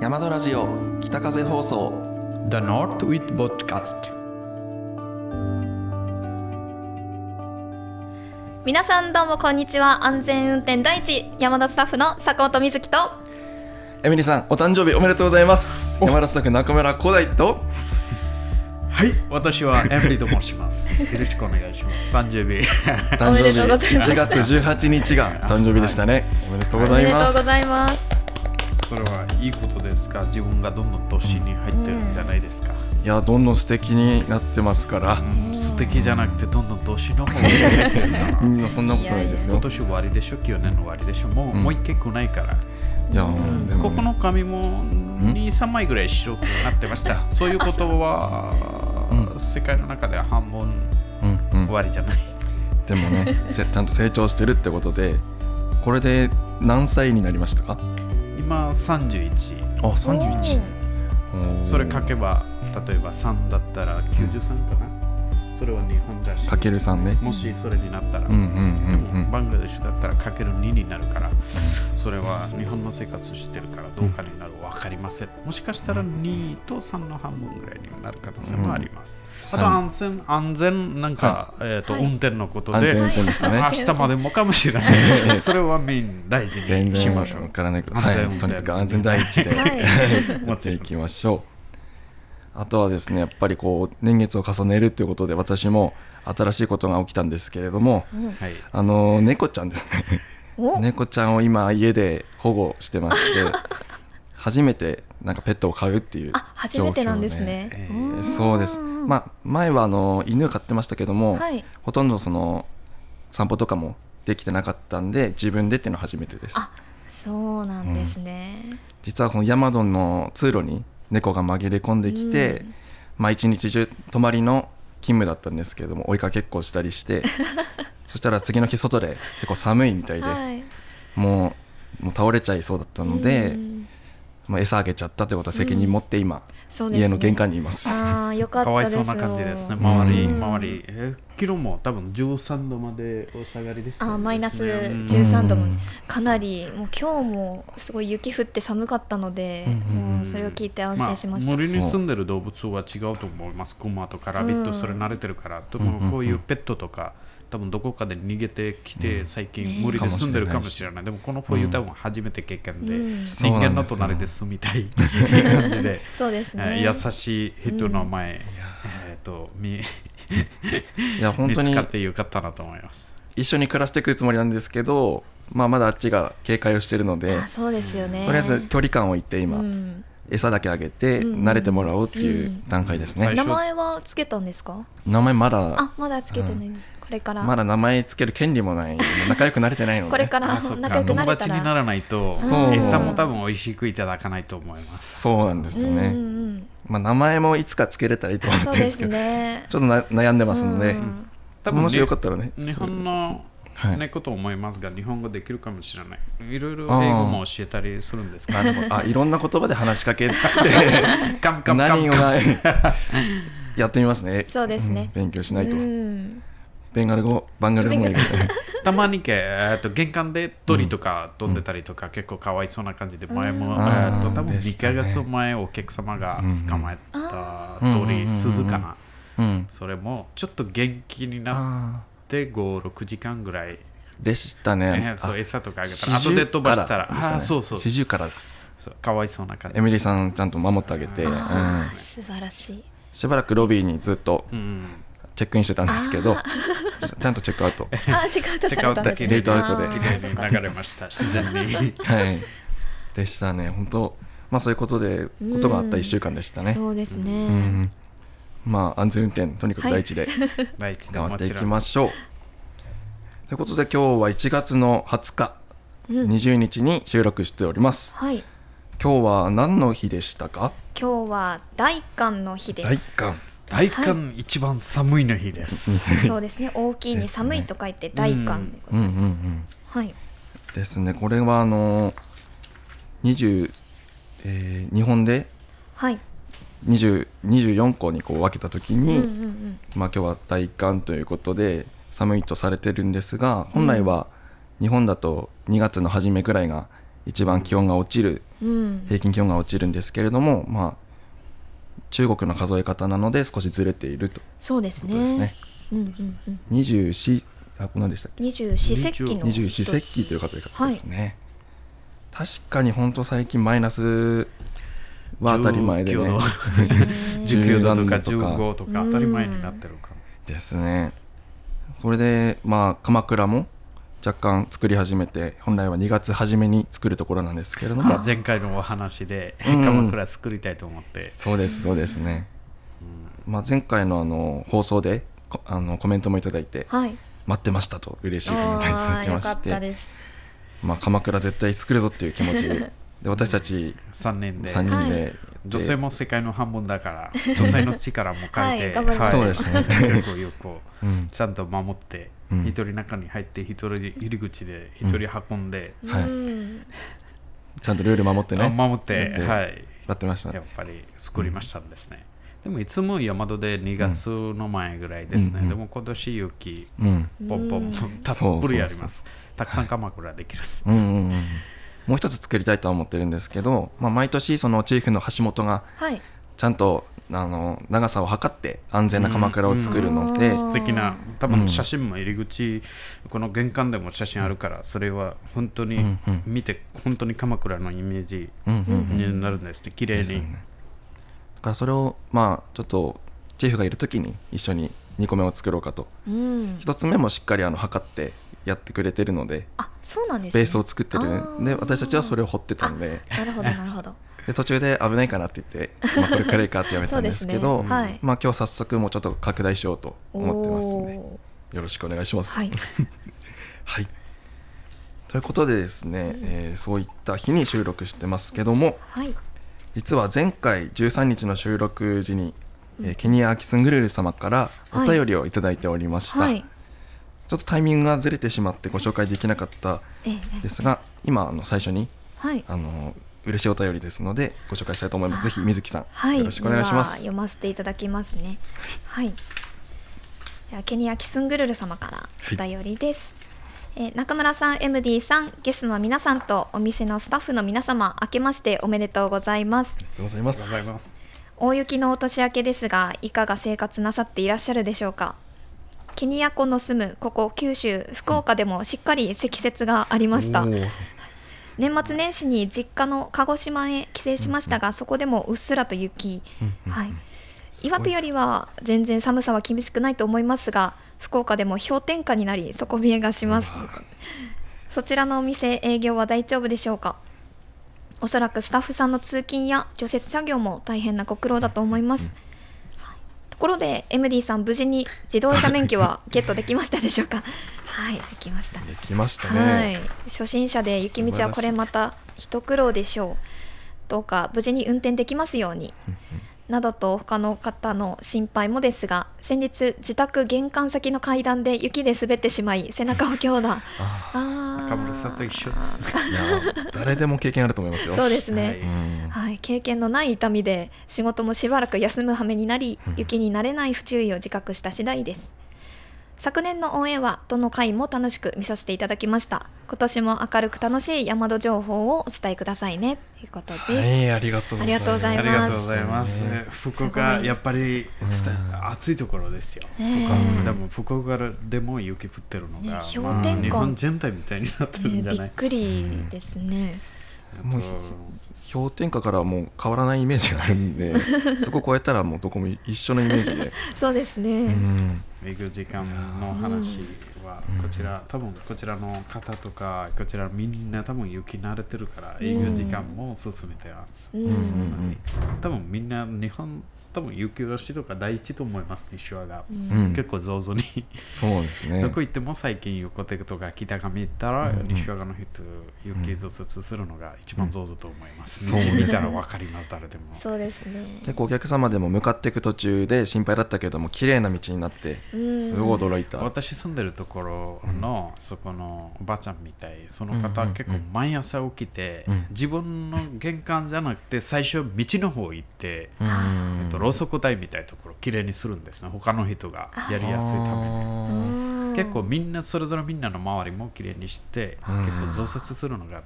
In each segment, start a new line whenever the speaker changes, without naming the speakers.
山戸ラジオ北風放送
The North with Podcast
皆さんどうもこんにちは安全運転第一山田スタッフの坂本瑞希と
エミリーさんお誕生日おめでとうございます山田スタッフ中村浩大 と
はい私はエミリーと申します よろしくお願いします誕生日
誕
おめ
生
で
日
とうございます
1月18日 が誕生日でしたねおめでとうご
お
ざ
めで
い
と
ま
う
す
ございます
それはいいことですか自分がどんどん年に入ってるんじゃないですか、
いやどんどん素敵になってますから
うん素敵じゃなくてどんどん年の方が入ってるな
みんなそんなことないです
今
よ
年終わりでしょ去年の終わりでしょもう,、
ん
もう一曲ないから
いやでも
ここの髪も23枚ぐらい白くなってましたそういうことは、世界の中では半分
うんうん
終わりじゃない、
でも ねせちゃんと成長してるってことでこれで何歳になりましたか
今31
あ31
それかけば例えば3だったら93かな、それは日本だし
かける3ね
もしそれになったら、
うんうんうんうん
でもバングラデシュだったらかける2になるからそれは日本の生活してるからどうかになる分かりませんもしかしたら2と3の半分ぐらいになる可能性もあります、あと安全安全なんか、えーと運転のこと
安
で
全運転でしたね
明日までもかもしれな いそれはメイン大事
全
にし
然
ま
わ
しょう
からないけど、
安
は
全運
い、
転
とにかく安全第一で、
はい
やっていきましょう。あとはですね、やっぱりこう年月を重ねるということで、私も新しいことが起きたんですけれども、
はい
あの猫ちゃんですね。
お、
猫ちゃんを今家で保護してまして、初めてなんかペットを飼うっていう、
あ初めてなんですね、
え
う
ー
ん
そうです。まあ前はあの犬飼ってましたけども、
はい
ほとんどその散歩とかもできてなかったんで、自分でっていうのは初めてです。
あそうなんですね、
実はこのヤマドンの通路に猫が紛れ込んできて、
うん
まあ一日中泊まりの勤務だったんですけれども追いかけっこをしたりして そしたら次の日外で結構寒いみたいで、
はい
もうもう倒れちゃいそうだったので、
うん
まあ、餌あげちゃったということは責任持って今、
そうですね
家の玄関にいます。
あーよか
か
っ
わい
たです
そ
よ
うな感じですね、
ん
周り、
うん
周り、えー、昨日も多分13度までお下がりでした、ね。
あーマイナス
うん
13度も、
うん
かなりもう今日もすごい雪降って寒かったので、
うんうんうん
もうそれを聞いて安心しました、
あ森に住んでる動物は違うと思います、クマとかラビット、
うん
それ慣れてるから、でもこういうペットとか、多分どこかで逃げてきて、最近、森で住んでるかもしれない、でもこの冬、多分初めて経験で、
うん
人間の隣で住みたいっていう感じで。
そうですね
えー優しい人の前、えっ、と、み、
いや本
見
当
つ
に
かってよかったなと思います。
一緒に暮らしていくつもりなんですけど、まあ、まだあっちが警戒をしてるので
あそうですよね
とりあえず距離感を置いて今、
うん
餌だけあげて
うん
慣れてもらおうっていう段階ですね、
うん最
名前はつけたんですか
名前まだ
あまだつけてないんです、これから
まだ名前つける権利もない仲良くなれてないので
これから
あそっか
仲良くなれた
友達に
ら
ならないと
そう
餌も多分美味しくいただかないと思います
そうなんですよね、
うんうんうん
まあ、名前もいつかつけれたらいいと思って
そ
る
うん
で
ですす
けど
ね
ちょっとな悩んでますので、
うん
多分ね
もしよかったらね
日本の
はい
猫と思いますが、日本語できるかもしれないいろいろ
あー
英語も教えたりするんです
そ
か
れなるほどあいろんな言葉で話しかけて
カムカムカ
何
ム
を
カム
ないやってみますね
そうですね
ん勉強しないと、
うん
ベンガル語バンガル語もいいですね
たまにけ、えー、と玄関で鳥とか飛んでたりとか、結構かわいそうな感じで前も、えー、と
あー
多分
でし
2
た
ヶ
ね
月前お客様が捕まえた
うん
鳥、
うん
鈴かな、
うん
それもちょっと元気になっ
あ
て56時間ぐらい
ーでしたね
えーそう
あ
餌とかあげた
四
ら後
十
で飛ばした
からでしたね
あーそうそう
四十から
そうかわいそうな感じ
エミリーさんちゃんと守ってあげて、うん
あー素晴らしい
しばらくロビーにずっと
うん
チェックインしてたんですけど、ちちゃんとチェックアウト。
あチェックアウト
チ
さ
ェックアウトだ
れたんです
け
ね
レイトアウトで
あ
綺
ーそっか
麗に流れました自然に
はい。でしたね。本当、まあそういうことでことがあった一週間でしたね。
そうですね、
うんまあ安全運転とにかく第一で
第一で
頑張
も
ってい
ち
き
ろん
ましょう。ということで今日は1月の20日、
うん
20日に収録しております。
はい
今日は何の日でしたか？
今日は大寒の日で
大
す
寒。
大寒一番寒いの日です
そうですね大きいに寒いと書いて大寒でご
うんう
ざ
ん
いうます、
ん。
はい
ですね。これはあの20、えー日本で
はい
20 24個にこう分けた時に、
うんうんうん
まあ、今日は大寒ということで寒いとされてるんですが本来は日本だと2月の初めくらいが一番気温が落ちる
うん
平均気温が落ちるんですけれども、まあ、中国の数え方なので少しずれていると
そうです
いうことです
ね
ね。
うんうんうん
二十四あ何でしたっけ
二十四節気の
二十四節気という
か
数え方ですね、確かに本当最近マイナスは当たり前で
19
ね
度
19
19度
度
とか
とか
15とか当たり前になってるかも
ですねそれでまあ鎌倉も若干作り始めて本来は2月初めに作るところなんですけれども、
まあ前回のお話で
うん
鎌倉作りたいと思って、
そうですそうですね、まあ、前回のあの放送でこあのコメントもいただいて
はい。
待ってましたと嬉しいコメントいた
あ
だ
あ
き
よ
ま
か
し
っ
て、
たです。
まあ、鎌倉絶対作るぞっていう気持ちでで私たち
3年で
3人で、
女性も世界の半分 だから女性の力も変えて、
はい頑張りまし
ょうそうですね
よくよく
うん
ちゃんと守って一、
うん
人中に入って一人入り口で一人運んで、
はい
うん
ちゃんとルール守ってね
あ守って、
で
はい、
やってました
や
ね
っぱり作りましたんですね、でもいつも山戸で2月の前ぐらいですね、
うんうん
でも今年雪
うん
ポンポンポンたっぷりありますたくさん鎌倉できる
うんうんうんもう一つ作りたいとは思ってるんですけど、まあ、毎年そのチーフの橋本が
はい。
ちゃんとあの長さを測って安全な鎌倉を作るので、
うんう
素
ん
敵な多
う
分
ん
写真も入り口、この玄関でも写真あるからそれは本当
う
に
んうん
見て本当に鎌倉のイメージ
うんうんうん
になるんですって綺麗
ですよ
に
ねだからそれをまあちょっとチーフがいる時に一緒に2個目を作ろうかと
うん。
1つ目もしっかりあの測ってやってくれてるので
あ、そうなんです、ね。
ベースを作ってる
あー
で私たちはそれを掘ってたんで
なるほどなるほど。
で途中で危ないかなって言って、まあ、これくらいかってやめたんですけ
そ
ど
うですねはい
まあ、今日早速もうちょっと拡大しようと思ってますんで
おー
よろしくお願いします。
はい。
はい、ということでですね、えーそういった日に収録してますけども
はい。
実は前回13日の収録時に、えーケニア・アキスングルル様からお
はい
便りをいただいておりました、
はい。
ちょっとタイミングがずれてしまってご紹介できなかった
ええええ
ですが今あの最初に
はい。
あの嬉しいお便りですのでご紹介したいと思いますぜひ水木さん、
はい、
よろしくお願いしま
では
す
読ませていただきますね。はい。ではケニアキスングルル様からお便りです。えー中村さん、MD さん、ゲストの皆さんとお店のスタッフの皆様、明けましておめでとうございます。
ありがとうございま
ご
す
ざいます
大雪のお年明けですが、いかが生活なさっていらっしゃるでしょうか。ケニア湖の住むここ九州福岡でもしっかり積雪がありました。
おー
年末年始に実家の鹿児島へ帰省しましたが、そこでもうっすらと雪、はい、岩手よりは全然寒さは厳しくないと思いますが福岡でも氷点下になり底冷えがしますそちらのお店営業は大丈夫でしょうかおそらくスタッフさんの通勤や除雪作業も大変なご苦労だと思います、はいところで MD さん無事に自動車免許はゲットできましたでしょう かはいできました
できました
はい
ね、、
初心者で雪道はこれまた一苦労でしょうどうか無事に運転できますようになどと他の方の心配もですが先日自宅玄関先の階段で雪で滑ってしまい背中を 強打
あ
あー
中村さんと一緒ですね
ーいやー誰でも経験あると思いますよ
そう
で
ですね、
はい
ん
はい、経験のない痛みで仕事もしばらく休む羽目になり雪になれない不注意を自覚した次第です昨年のオンエアはどの回も楽しく見させていただきました今年も明るく楽しい山戸情報をお伝えくださいねということです、
はい、ありがとうございます。
ありがとうござい
あ
ます
りがとうございます
ね
福岡
すごい
やっぱり暑いところですよ
ね
うん
でも福岡でも雪降ってるのが、
ね氷点下
日本全体みたいになって
え
るんじゃ
び
な
っ
い、
くりですね、
もう
う
氷点下からはもう変わらないイメージがあるん でそこ超えたらもうどこも一緒のイメージで、
そうですね、
うん
営業時間の話はこちら、多分こちらの方とかこちらみんな多分雪慣れてるから営業時間も進めてます、
う
う
ん
んうん
多分みんな日本多分雪下ろしとか第一と思います西和が、
うん
結構上手に、
そうですね
どこ行っても最近横手とか北上行ったら、
うん
西和がの人雪上手するのが一番上手と思います、
うん
道
そうですね
見たら分かります誰でも
そうですね
結構お客様でも向かっていく途中で心配だったけども綺麗な道になって
うん
すごい驚いた、
私住んでるところの、そこのおばあちゃんみたいその
うんうん
方
うん
結構毎朝起きて、
うん
自分の玄関じゃなくて最初道の方行って、
うん
えっと、ろうそく台みたいなところをきれいにするんですね他の人がやりやすいために。
あー
うん
結構みんなそれぞれみんなの周りもきれいにして、
うん
結構増設するのが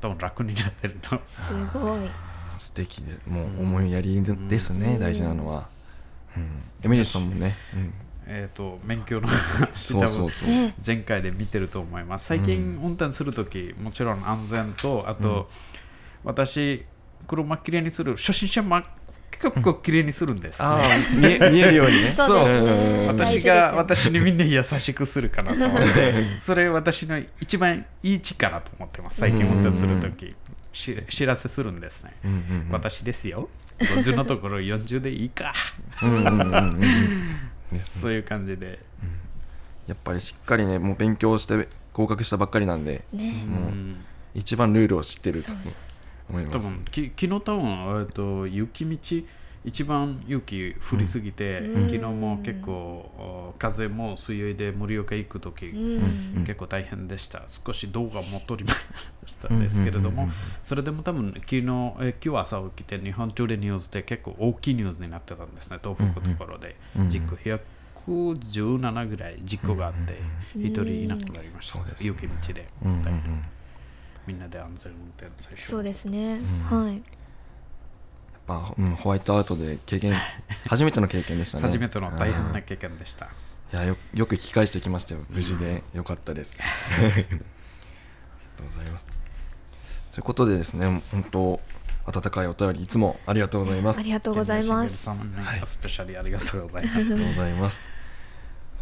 多分楽になってると思う
すごい。
素敵でもう思いやりで
うん
ですね、
うん
大事なのは、うん、エミリーさんもね、うん、
えー、と免許の話
そうそうそう、
ね
前回で見てると思います最近運転するときもちろん安全とあと、私車きれいにする初心者も結構きれいにするんです、
ああ見え見えるようにね
そうです
う
ね。
ん
大
私
事ですよ
が私にみんな優しくするかなと思って それ私の一番いい力と思ってます最近運転するときし知らせするんですね、
うんうんうん
私ですよ50のところ40でいいか
うんうんうんうん
そういう感じで、
やっぱりしっかりねもう勉強して合格したばっかりなんでん
ね。
うん
一番ルールを知ってると
そうそう
思います
多分き昨日多分えっと雪道一番雪降りすぎて、
うん
昨日も結構お風も強いで盛岡行く時、
うん。
結構大変でした少し動画も撮りましたんですけれども、
うんうんうんうん
それでも多分昨日え今日朝起きて日本トゥデイニュースで結構大きいニュースになってたんですね東北のところで、
うんうん
事故117ぐらい事故があって
うん
一、人いなくなりました、
そうですね
雪道で、
うんうんうん
大変みんなで安全運転最初に
そうですね。
う
は
や
い。
っぱ、うん、ホワイトアウトで経験初めての経験でしたね
初めての大変
うん
ない経験でした。
やよよく引き返してきましたよ無事でよかったです ありがとうございますということでですね本当温かいお便りいつもありがとうございます
ありがとうございます。
ケンジシンゲル様にスペシャルありがとうございま
ありが
す。
とうございます。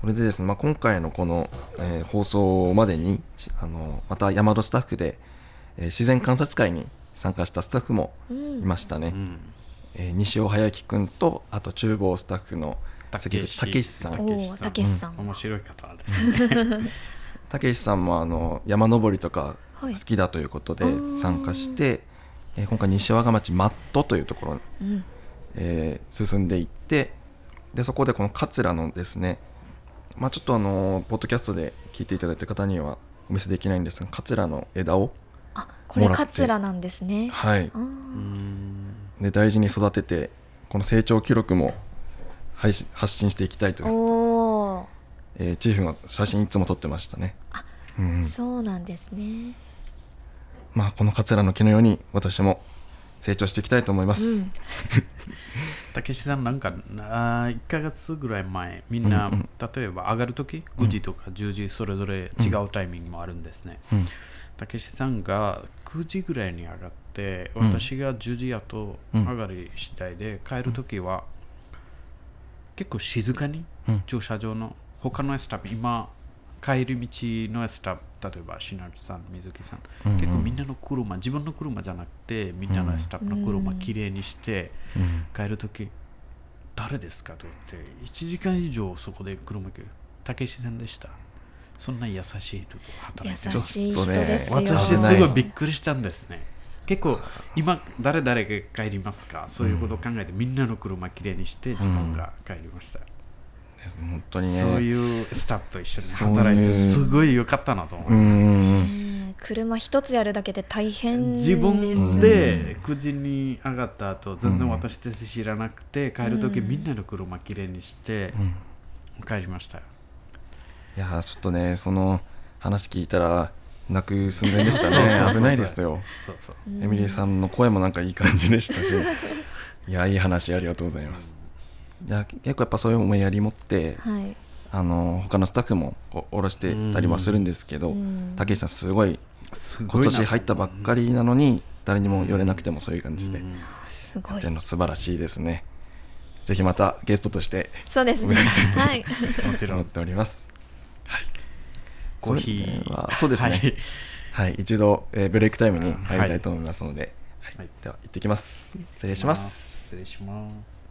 それでですね、まあ、今回のこの、えー放送までにしあのまた山戸スタッフで、えー自然観察会に参加したスタッフも
う
い
ん
ましたね、
うん
えー西尾早樹くんとあと厨房スタッフの関口武志さん
おーたけしさん
面白い方ですね。
武志さんもあの山登りとか
は
好
い
きだということで
あー
参加して、えー今回西和賀町マットというところに、
うん。
えー進んでいってでそこでこの桂のですねまあちょっとあのーポッドキャストで聞いていただいた方にはお見せできないんですが桂の枝を
あ、これ
もらって
カツラなんですね。
はい
あ
う
ー
ん
で大事に育ててこの成長記録も配信発信していきたいという、
おお。
えーチーフが写真いつも撮ってましたね
あ、
うんうん
そうなんですね。
まあこの桂の木のように私も成長していきたいと思います、
うん。
たけしさんなんかあ1ヶ月ぐらい前みんな、
うんうん
例えば上がるとき5時とか10時それぞれ違うタイミングもあるんですね。
うん
たけしさんが9時ぐらいに上がって、
うん
私が10時やと上がり次第で帰るときは、結構静かに
うん
駐車場の他のスタッフ今帰り道のスタッフ例えばしなるさん水木さん、
うんうん
結構みんなの車自分の車じゃなくてみんなのスタッフの車
うん
きれいにして、
うん
帰るとき誰ですかと言って1時間以上そこで車切るたけしさんでしたそんな優しい人と働いて
優しい
ちょ
人
っとね
ですよ。
私
知らな
す
い
ごいびっくりしたんですね結構今誰々が帰りますかそういうことを考えてみんなの車きれいにして自分が帰りました、
です本当にね
そういうスタッフと一緒に働い
そうい
て
う
すごい良かったなと思い
うん
ま
うんうん
うん車一つやるだけで大
す、
変です
自
ね。
分で9時に上がった後全然私たち知らなくて帰る時
うん
みんなの車きれいにして
うん
帰りましたよ
いやーちょっとねその話聞いたら泣く寸前でしたね
そうそうそ
危
う
ないですよ
そうそう
うん
エミリーさんの声もなんかいい感じで したしいやいい話ありがとうございますいや結構やっぱそういう思いやり持って
はい。
あの他のスタッフもおおろしてたりもするんですけど
うん
たけしさんすごい
すごい
今
な
年入ったばっかりなのに誰にも寄れなくてもそういう感じで
うん
すご
やっ
い
て。るの素晴らしいですねぜひまたゲストとして
そうですね。はい。
もちろ
思 っ
ん
ております
コーヒ
そ
ー
れではそうですね
はい
はい、一度、えーブレイクタイムに入りたいと思いますので、はい
はい
では行ってきます失礼します
失礼します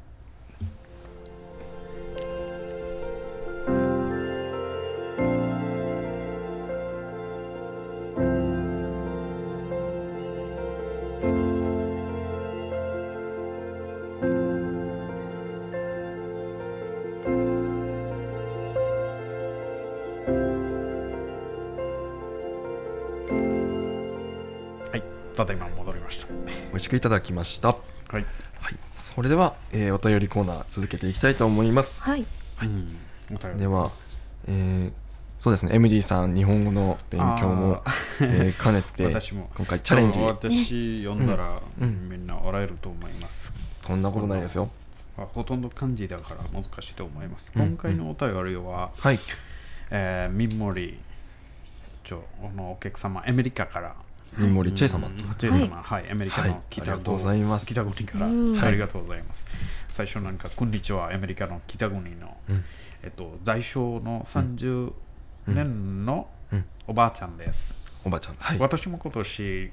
はいただいま戻りました
美味しくいただきました、は
はい
い、それでは、えーお便りコーナー続けていきたいと思います、
はい。
はい。お便り
では、えーそうですね MD さん日本語の勉強も
あ、
えー兼ねて
私も
今回チャレンジ
多分私読んだら、
うん
みんな笑えると思います、
そんなことないですよ
まあほとんど漢字だから難しいと思います、
うん
今回のお便りは、
はい
えー、ミンモリちょあのお客様アメリカから
三森チェイ様
うんチェイ様はい、アメリカ
はい
の北
ありがとう
国
ございます
北国から、
うん
ありがとうございます。最初なんか、こんにちは、アメリカの北国の、
うん
えっと、在所の30年の
うん
おばあちゃんです。
おばあちゃんはい
私も今年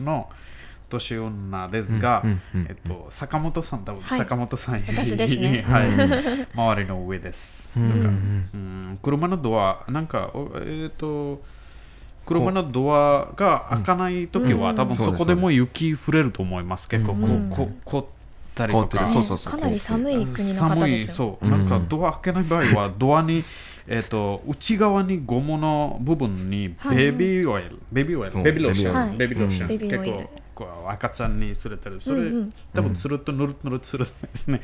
の年女ですが、
うんうんうん
えっと、坂本さん、多分
はい
坂本さん、
私ですね
はい
うん、
周りの上です。
うん
とか
うん
うん車のドア、なんか、おえっ、と、車のドアが開かないときは、
うん
多分
そう
そ
です
こでも雪降れると思います。結構、こ
うん
う、こう、凍ったりと
凍って
か
る。そうそうそう
ねかなり寒い国の方
寒
で
い、
すよ
そう、
うん
なんかドア開けない場合は、ドアに、えっと、内側にゴムの部分に
はい
ベビーオイル、ベビーオイ
そう
ル、ベビーローシ
は
ョ
い
ン、ベビーローシ
ベビー
ョン、
オイル
結構、こう赤ちゃんにすれたり、それ
うんうん、
多分つるっとぬるっとぬるっとするんですね。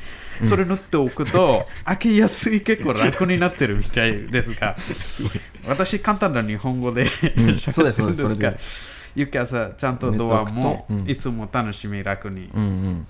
それ塗っておく と、開けやすい、結構楽になってるみたいですが、私、簡単な日本語で
ん
喋
そうです
って
そう
る
で
んですす
それ
が
で、
ゆきはさ、ちゃんとドア
寝と
も
くとうん
いつも楽しみ、楽に
うんうん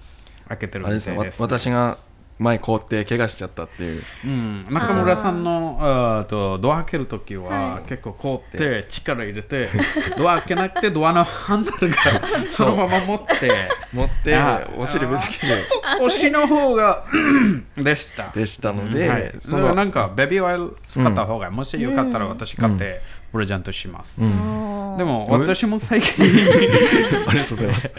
開けてる
あれ
み
です
た
ね
い
わ
です。
私が前凍って怪我しちゃったっていう
うん、中村さんのあーとドア開けるときは
は
結構凍って力入れて、 ドア開けなくてドアのハンドルが そのまま持って
持って
あ
お尻ぶつける
押しの方が でした
でしたので
はい、
そ
そ
の
のなんかベビーオイル使った方が、もしよかったら私買ってプレゼントします、
あー
でも私も最近
ありがとうござい ます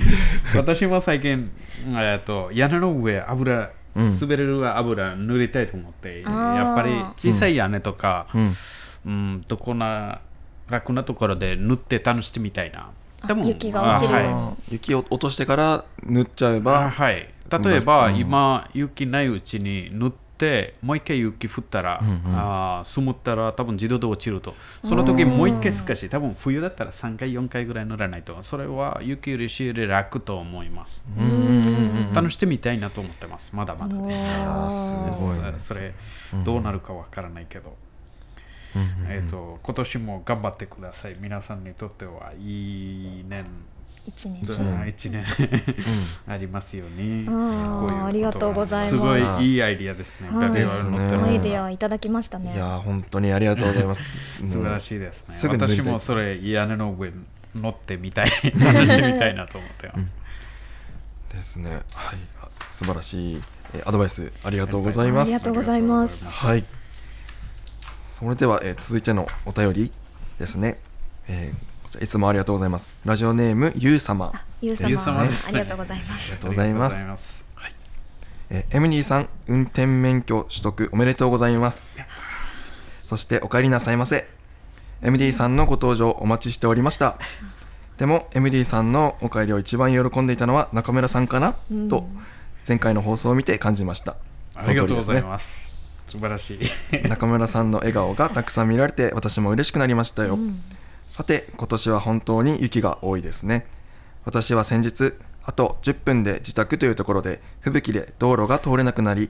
私も最近、えっと屋根の上油
うん
滑れる油塗りたいと思って、
あー
やっぱり小さい屋根とか、
うん
うん、どこな楽なところで塗って楽してみたいな。
あ
多分
雪が落ちる
あ
ように
はい
雪を落としてから塗っちゃえ
あ
ば
はい、例えば、
うん
今雪ないうちに塗ってもう一回雪降ったら、
うんうん
あー積もったら多分自動で落ちるとその時もう一回少し多分冬だったら3回4回ぐらい塗らないとそれは雪よりしより楽と思います、
うんうんうんうん
楽してみたいなと思ってますまだまだです
あーすごいね
それどうなるかわからないけど、
うん
えー、と今年も頑張ってください皆さんにとってはいい年
一年
一
中
ん
年 ありますよね
あー
こういうことが
ありがとうございます
すごいいいアイディアですね
はい
ベビーオイル乗ってる
うん
アイデアをいただきましたね
いやー本当にありがとうございます
素晴らしいですね
すぐに乗りたい
私もそれ屋根の上に乗って みたい楽してみたいなと思ってます
ですねはいあ素晴らしいえーアドバイスありがとうございま
ありが
す
とうございます
はいそれでは、えー続いてのお便りですね、えーこちらいつもありがとうございますラジオネームゆう様
ゆうさ
ゆ
ま
うさまです
あ
ね
りがとうございます
ありがとうございます
ありがとうございます
えーエムニーさん運転免許取得おめでとうございますそしてお帰りなさいませ MD さんのご登場お待ちしておりましたでも MD さんのお帰りを一番喜んでいたのは中村さんかな、
うん
と前回の放送を見て感じました
ありがとうござい
す
ます素晴らしい
ね中村さんの笑顔がたくさん見られて私も嬉しくなりましたよ、
うん
さて今年は本当に雪が多いですね私は先日あと10分で自宅というところで吹雪で道路が通れなくなり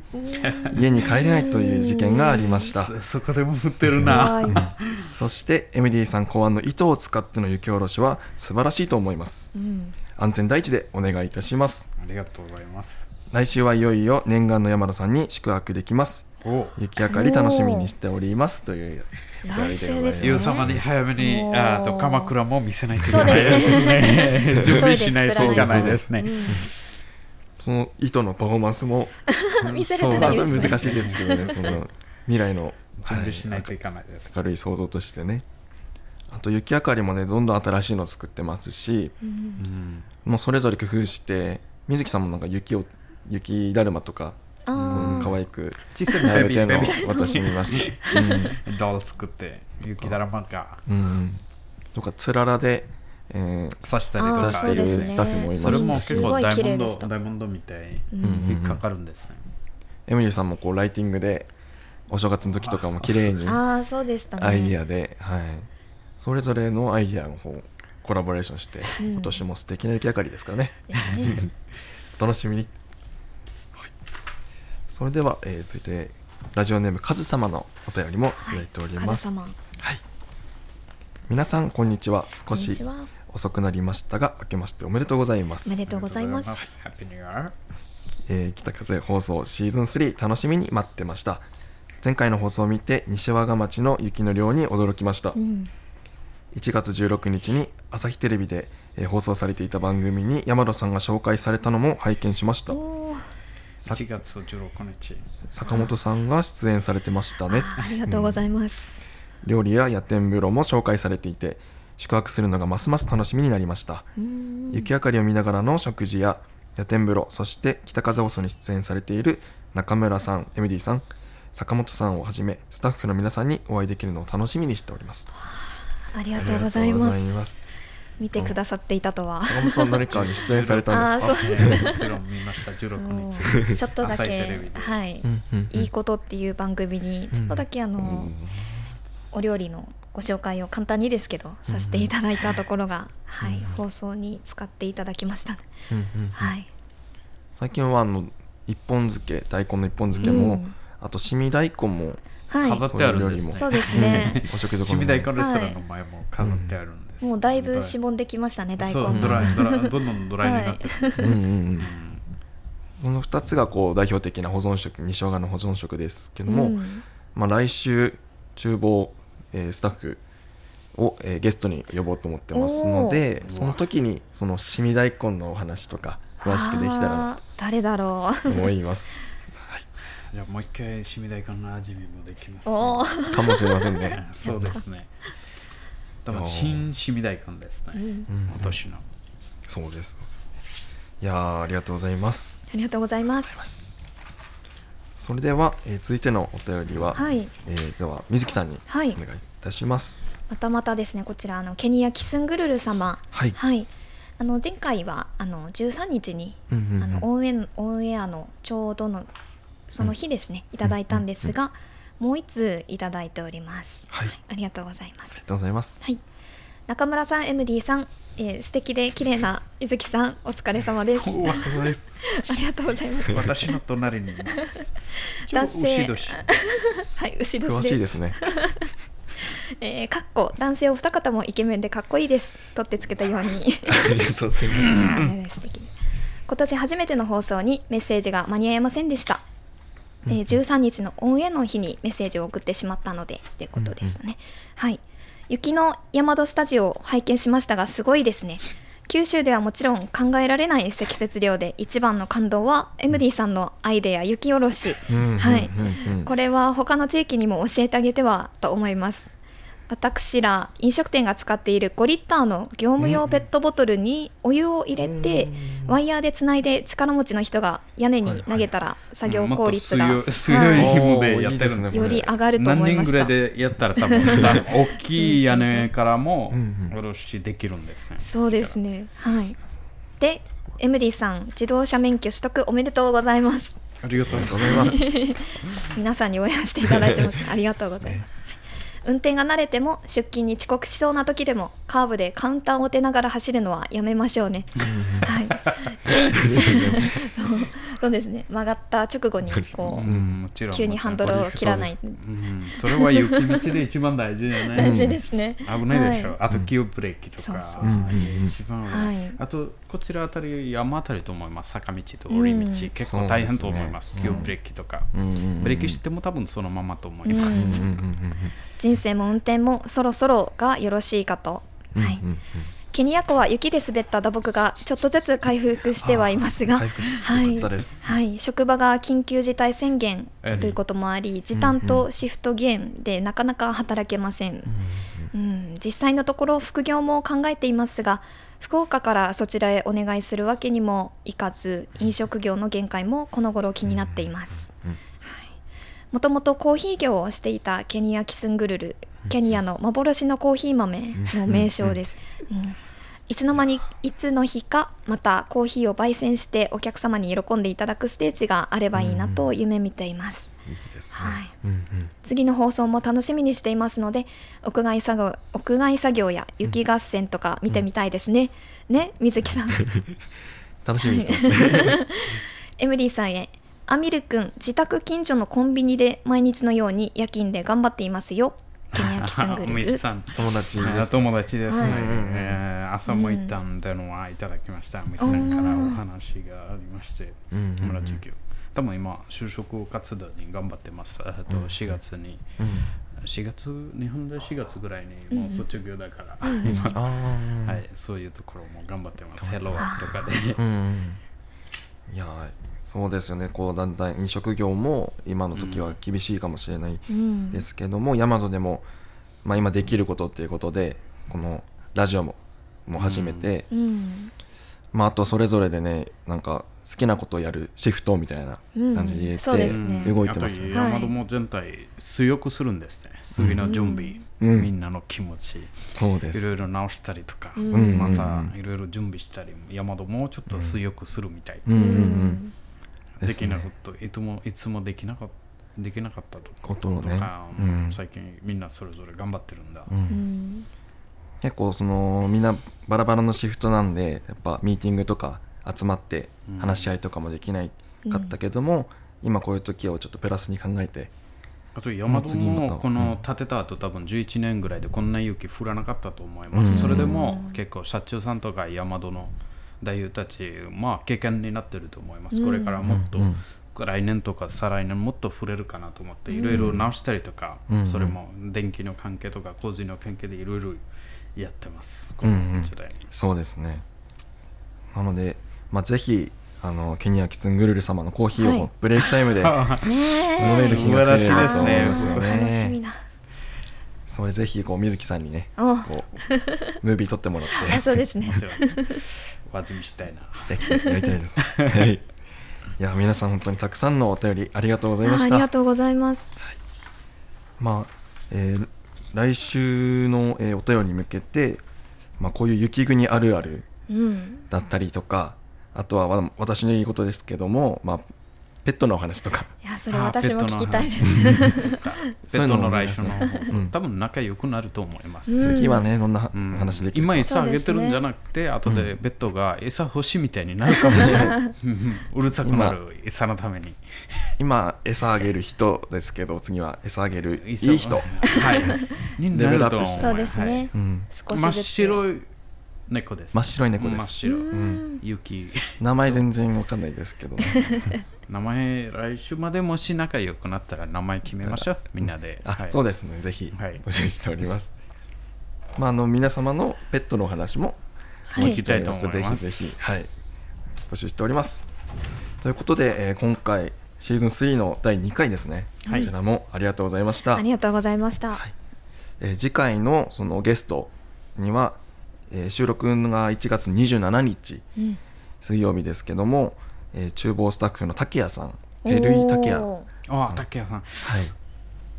家に帰れないという事件がありま した
そ そこでも振ってる
は
ない
そして MD さん考案の糸を使っての雪下ろしは素晴らしいと思います
うん
安全第一でお願いいたします
ありがとうございます
来週はいよいよ念願の山野さんに宿泊できます
お
雪明かり楽しみにしておりますというお便り
来週
ござい
で
ます
ね
ゆうさまに早めに
おー
あーと鎌倉も見せないといけないです
そう
ね。準備しない
急
と
い
い
で作ら
け
な
ないい
と
ですね。
その糸のパフォーマンスも
見せれた
ま
ら
あ
いい
そ
で
れ
すね
難しいですけどねその未来の
準備しないと
はい
いけないです。
明るい想像としてねあと雪明かりもねどんどん新しいの作ってますし
うん
うん
もうそれぞれ工夫して水木さんもなんか雪を雪だるまとか
あー
うん可愛く
小さい
並べ
ベビ
て
ー
んの
ベビ
を私見ました、
ードール作って雪だらまが
うんうん、とかつららで、えー
刺したりと
あー
刺
か。
してい
そうで
る
すね
スタッフもいま
それも
したし、
結構ダ
すごい綺
イモ
麗
ン
でした
ドダイモンドみたい
うん
に引っかかるんですね。
エミリーさんもこうライティングでお正月の時とかも綺麗に
ああそうでしたね
アイディアで、はい、それぞれのアイディアの方コラボレーションして、
うん
今年も素敵な雪明かりですからね
ですね
お楽しみに、それでは、えー続いてラジオネームカズ様のお便りもいただいており
風
ます、
様
はい、皆さんこんにちは少
こんに
し
ちは
遅くなりましたが明けましておめでとうございます
おめでとうございます。
ハッピーニューアー。
えー北風放送シーズン3楽しみに待ってました前回の放送を見て西和賀町の雪の量に驚きました、
うん、
1月16日に朝日テレビで、えー放送されていた番組に山田さんが紹介されたのも拝見しました
おー
さ
1月16日。
坂本さんが出演されてましたね
ありがとうございます。
料理や夜天風呂も紹介されていて宿泊するのがますます楽しみになりました、
うん
雪明かりを見ながらの食事や夜天風呂そして北風放送に出演されている中村さん MD さん坂本さんをはじめスタッフの皆さんにお会いできるのを楽しみにしております
ありがとうございま
ありがとうございますす。
見てくださっていたとは。
坂本さん何かに出演されたんです
あ
か
ーそう
えーもちろん見ました、16
も
日。
うちょっ とだ
朝日テレ
け
ビ、で
はい、
うんうんうん
いいことっていう番組に、ちょっとだけあの、お料理のご紹介を簡単にですけど、させていただいたところが、はい、放送に使っていただきました。
うんうんうん
はい、
最近はあの一本漬け大根の一本漬けも、
うん
あとしみ大根も
はい、
飾ってあるんですね。
そうですね。
お食事
シ
こ
ミダイコンレストランの前も飾ってあるんです。
もうだいぶし
ぼ
ぼんできましたね、大根
そ
も。
う、ドライ、ドラ イ、どんどんドライになってる。
うんうんうん
うん
その2つがこう代表的な保存食西和賀の保存食ですけども、
うん
まあ、来週厨房、えースタッフを、えーゲストに呼ぼうと思ってますので
おー
その時にそのしみ大根のお話とか詳しくできたらな
あー誰だろ
と思います、はい、
じゃあもう一回シミダイコンの味見もできます、
う。
ね。
おお。
かもしれませんね
そうですね。多分新シミダイコンですね。
うん
今年の。
そうですいやーありがとうございます
ありがとうございます。
それでは、えー続いてのお便りは、
はい
えーでは水木さんにお
は
願い
い
いたします、
またまたですねこちらあのケニアキスングルル様
はい
あの前回はあの13日に、
うんうんうん
あのオンエオンエアのちょうどのその日ですね、いただいたんですが、もう一通いただいております
はいあり
ありがとうございます
がとうございます
はい中村さん MD さん、えー素敵で綺麗な伊豆木さんお疲れ様で す
わ
ありがとうございます
私の隣にいます。
男性
超牛年
はい牛年
詳しいです ね
えーかっこ男性お二方もイケメンでかっこいいです取ってつけたように
ありがとうございます
ね素敵今年初めての放送にメッセージが間に合いませんでした、えー13日のオンエアの日にメッセージを送ってしまったのでということでしたね、はい雪の山戸スタジオを拝見しましたがすごいですね九州ではもちろん考えられない積雪量で一番の感動は MD さんのアイデア雪下ろし、
うん
はい
うんうんうん
これは他の地域にも教えてあげてはと思います私ら飲食店が使っている5リッターの業務用ペットボトルにお湯を入れてワイヤーでつないで力持ちの人が屋根に投げたら作業効率が、
もっと水曜
はい
水曜紐でや
おー
ってるん
いいですねこれ
より上がると
何
思い
年
ま
ぐ
し
ら
た
いでやったら多分 さ大きい屋根からも
うんうん
おろしできるんですね。
そうですねはいで MD さん自動車免許取得おめでとうございます
ありがとうござい
ありがとうございます
皆さんに応援していただいてますありがとうございます運転が慣れても出勤に遅刻しそうな時でもカーブでカウンターを当てながら走るのはやめましょうねはいでそうそうですね曲がった直後にこ
ます。
う
もちろん
急にハンドルを切らない
うんそれは雪道で一番大事だよね。
大事ですね、
危ないでしょ、
はい
あと急ブレーキとか、
そうそうそう
うん一番は、
はい
あとこちらあたり山あたりと思います坂道と折り道、
うん
結構大変と思いま
そ
す
うですね
急ブレーキとか、
うんうんうん
ブレーキしても多分そのままと思いま
うん
す、
うんうん
人生も運転もそろそろがよろしいかと、
うん
はい
うんうん
ケニア湖は雪で滑った打撲がちょっとずつ回復してはいますが、
あー回復して
はい
よかったです
はい、職場が緊急事態宣言
ええ
ということもあり、時短とシフト減でなかなか働けません。うん、実際のところ副業も考えていますが、福岡からそちらへお願いするわけにもいかず、飲食業の限界もこの頃気になっています。もともとコーヒー業をしていたケニアキスングルルケニアの幻のコーヒー豆の名称です、うんいつの間にいつの日かまたコーヒーを焙煎してお客様に喜んでいただくステージがあればいいなと夢見ています、
いいですね
はい、
うんうん
次の放送も楽しみにしていますので屋外作業屋外作業や雪合戦とか見てみたいですね、ね水 木さん
楽しみにしてます
MD さんへアミル君自宅近所のコンビニで毎日のように夜勤で頑張っていますよケニアキスン グル
み
ー
きさん
友達です
あ友達ですね、
はい
えー朝も行ったんでのはいただきました、みきさんからお話がありまして、
うんうんうん
友達業多分今就職活動に頑張ってますあと4月に、4月日本で4月ぐらいにもう卒業だから、今
あー
はい、そういうところも頑張ってます。ヘローとかで。
うんうんいやーそうですよねこうだんだん飲食業も今の時は厳しいかもしれない
うん
ですけども、ヤマトでも、まあ、今できることっていうことでこのラジオもも始めて、
うん
まあ、あとそれぞれでねなんか好きなことをやるシフトみたいな感じで入
うん
れ
そうです
て
ね
動いてますよ
あ
ね
と山も全体強くするんですね。次の準備、
うん
みんなの気持ち、
そうで
いろ
す
いろ直したりとか、
ん
またいろいろ準備したり、山戸もちょっと強くするみたい。
うんうんう
うんん
できなかった、いつもいつもできなかった。できなかったとか
ことをね
うん
うん
最近みんなそれぞれ頑張ってるんだ、
うん
うん
結構そのみんなバラバラのシフトなんでやっぱミーティングとか集まって
うん
話し合いとかもできないかったけども、今こういう時をちょっとプラスに考えて
あと山戸
もう次また
もこの建てた後多分11年ぐらいでこんな雪降らなかったと思います、
うん
それでも結構社長さんとか山戸の太夫たちまあ経験になってると思います、これからもっと、
うん
来年とか再来年もっと触れるかなと思っていろいろ直したりとか、
うん
それも電気の関係とか工事の関係でいろいろやってますこ
うんう
の
ん
時代、
そうですねなので、まあ、ぜひあのケニアキツングルル様のコーヒー
は
を
い
ブレイクタイム で飲
ねえ
める日が来ればと思いますよ
素晴ら
ね
楽しみな
それぜひこう水木さんにね
お
こうムービー撮ってもらっ
あ
て
そうですね
もちろんお味見したいな
ぜひやりたいです、はい、いや皆さん本当にたくさんのお便りありがとうございま
ああ
し
り
た
がとうございます
まあえー来週の、えーお便りに向けて、まあ、こういう雪国あるある
うん
だったりとかあとはわ私のいいことですけども、まあ、ペットのお話とか
いやそれ私も聞きたいです
す。 ペ
そうい
ッ
うの
ト
も
の来週の方
う
法
ん
多分仲良くなると思います。
うん
次はねどんな
うん
話できるか、
今餌あげてるんじゃなくて、後でペットが餌欲しいみたいになるかもしれない。うん うるさくなる餌のために。
今餌あげる人ですけど次は餌あげるいい
餌を
人、
はい。 にな
レベ
る
ルア
と
ッ
思
プし
いま
て
す。
そうですね
うん、
は
少
い。
し
真っ
ずつ
白い猫です。
真っ白い猫です
真っ白い。
うん
雪。
名前全然わかんないですけど、ね、
名前、来週までもし仲良くなったら名前決めましょう。みんなで。
あ、
はい
そうですねぜひ
はい
募集しております、まああの皆様のペットのお話も
はい
聞きたいと思います,、
はい
ぜひぜひ、はい、募集しておりますということで、えー今回シーズン3の第2回ですね、
はい
こちらもありがとうございました
ありがとうございました
えー次回のそのゲストには、えー収録が1月27日
うん
水曜日ですけども、えー厨房スタッフの竹谷さん照井竹谷
おー
あ、竹谷さん。
はい、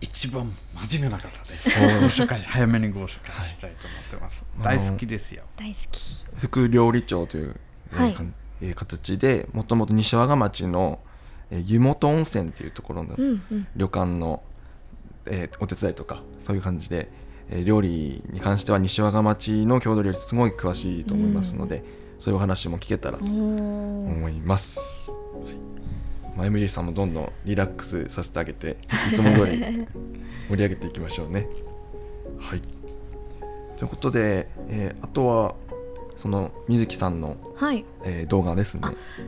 一番真面目な方です。
そう
ご紹介早めにご紹介したいと思ってます。
はい
大好きですよ。
大好き
副料理長という、えー
はい
かんえー形でもともと西和賀町の、えー湯本温泉っていうところの
うんうん
旅館の、えーお手伝いとかそういう感じで、えー料理に関しては西和賀町の郷土料理すごい詳しいと思いますので、そういうお話も聞けたらと
おー
思います、まあ、エミリーさんもどんどんリラックスさせてあげていつも 通り盛り上げていきましょうねはいということで、えーあとはその水木さんの、
はい
えー動画ですね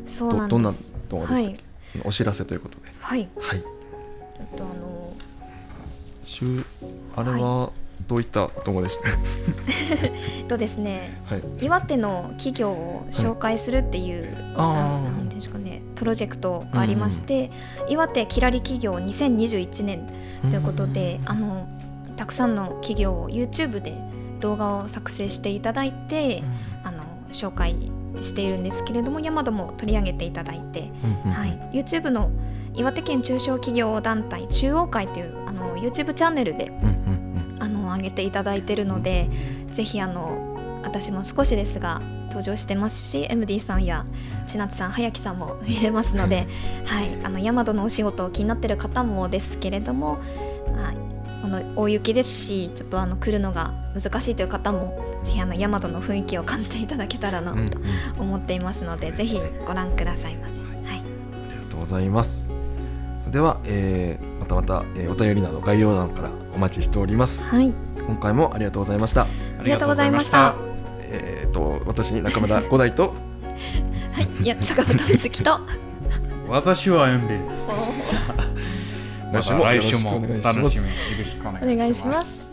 そうなん
どどんな
です
動画でしたっけ、
はい
そのお知らせということで
はい
はい
ちょっとあの
しゅあれはどういった動画でした、
えっとですね
はい、
岩手の企業を紹介するっていう、
あー
なんていうんですかねプロジェクトがありまして、岩手きらり企業2021年ということで、あのたくさんの企業を YouTube で動画を作成していただいて、あの紹介しているんですけれどもヤマドも取り上げていただいて、はい、YouTube の岩手県中小企業団体中央会というあの YouTube チャンネルで
うんうん
あの上げていただいてるので、ぜひあの私も少しですが登場してますし MD さんや千夏さん早木さんも見れますので、はい、あのヤマドのお仕事を気になってる方もですけれども、まあ、この大雪ですしちょっとあの来るのが難しいという方もぜひあのヤマドの雰囲気を感じていただけたらな
うんうん
と
うん
思っていますので、ぜひご覧くださいませ。はい、
ありがとうございます。それでは、えーまたとまた、えーお便りなど概要欄からお待ちしております
はい、
今回もありがとうございました
ありがとうございました。
えー、と私中村五代と
はい、いや坂本瑞希と。
私はエンビです。
来週も
また
よ
来
ろし
週
くお
も
願いします
楽しみによろしくお願いします。
お願いします。